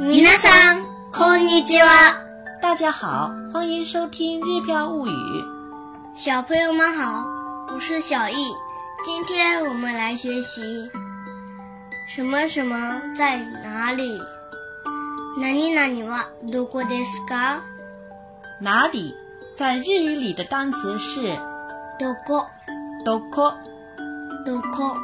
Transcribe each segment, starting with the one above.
皆さんこんにちは。大家好，欢迎收听《日飘物语》。小朋友们好，我是小易。今天我们来学习什么什么在哪里。何々はどこですか？哪里在日语里的单词是どこ d o k o どこ？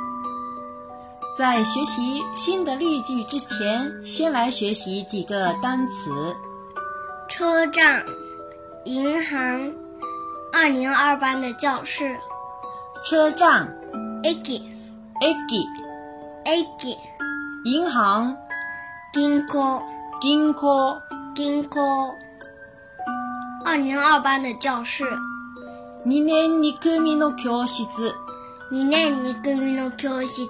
在学习新的例句之前，先来学习几个单词。车站、银行、二零二班的教室、车站駅、駅、駅、银行銀行、銀行、銀行。二零二班的教室、二年二組の教室、二年二組の教室、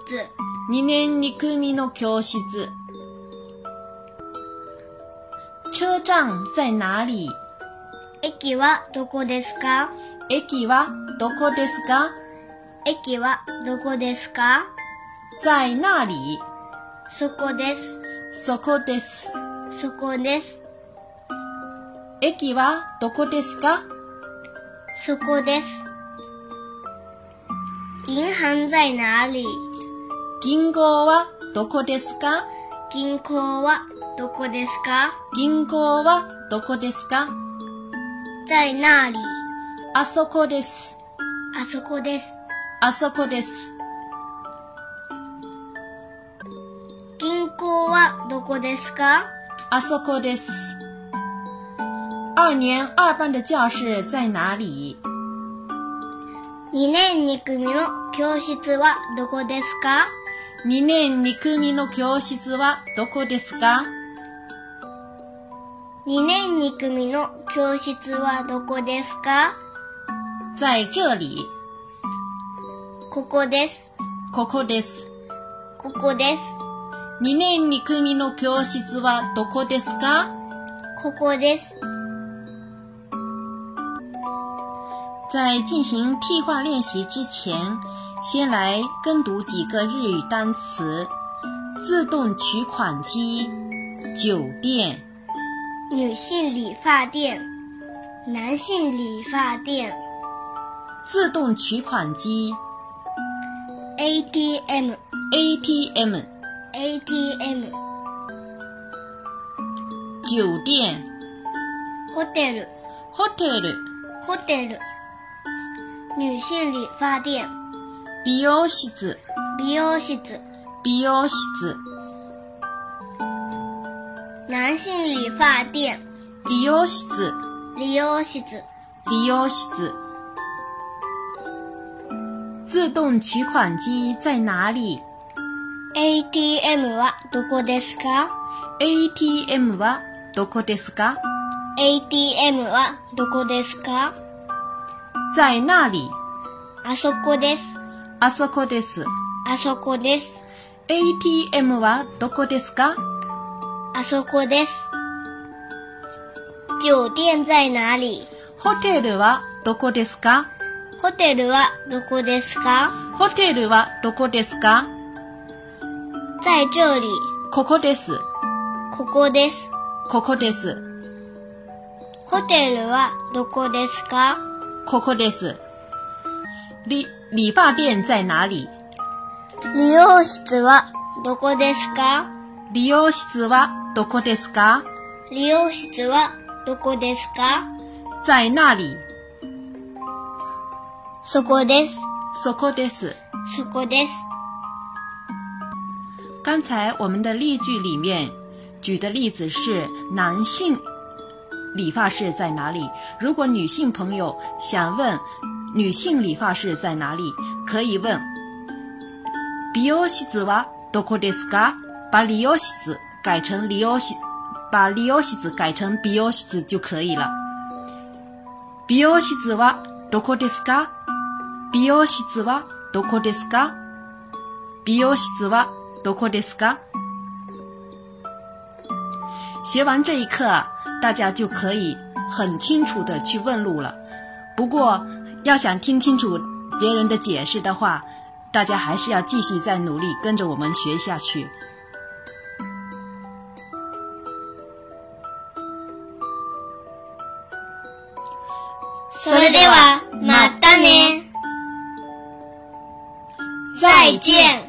二年二組の教室。车站在哪里？駅はどこですか？駅はどこですか？駅はどこですか？在那里。そこです。そこです。そこです。駅はどこですか？そこです。銀行在哪里？銀行はどこですか？銀行はどこですか？銀行はどこですか？在那里。あそこです。あそこです。あそこです。銀行はどこですか？あそこです。二年二班的教室在哪里？ 2年2組の教室はどこですか二年二組の教室はどこですか？ ?2 年2組の教室はどこですか在这里。ここです。ここです。ここです。二年二組の教室はどこですか？ここです。在进行替换练习之前，先来跟读几个日语单词：自动取款机、酒店、女性理发店、男性理发店、自动取款机、 ATM、 ATM、 ATM、酒店、ホテル、ホテル、ホテル、女性理发店、美容室、美容室、美容室、男性理发店、理容室、理容室、理容室。自动取款机在哪里 ATM はどこですか？ATM はどこですか？ ?ATM はどこですか在那里。あそこです。あそこです。あそこです。 ATM はどこですかあそこです。酒店在哪里ホテルはどこですかホテルはどこですかホテルはどこですか在这里。ここです。ここです。ここです。ホテルはどこですかここです。理、理发店在哪里美容室はどこですか理容室はどこですか美容室はどこですか在那里。そこです。そこです。そこです。刚才我们的例句里面举的例子是男性理发室在哪里？如果女性朋友想问女性理发室在哪里，可以问美容室はどこですか？把理容室改成理容室，把理容室改成美容室就可以了。美容室はどこですか？美容室はどこですか？美容室はどこですか？学完这一课啊，大家就可以很清楚的去问路了。不过，要想听清楚别人的解释的话，大家还是要继续再努力，跟着我们学下去。それでは、またね，再见。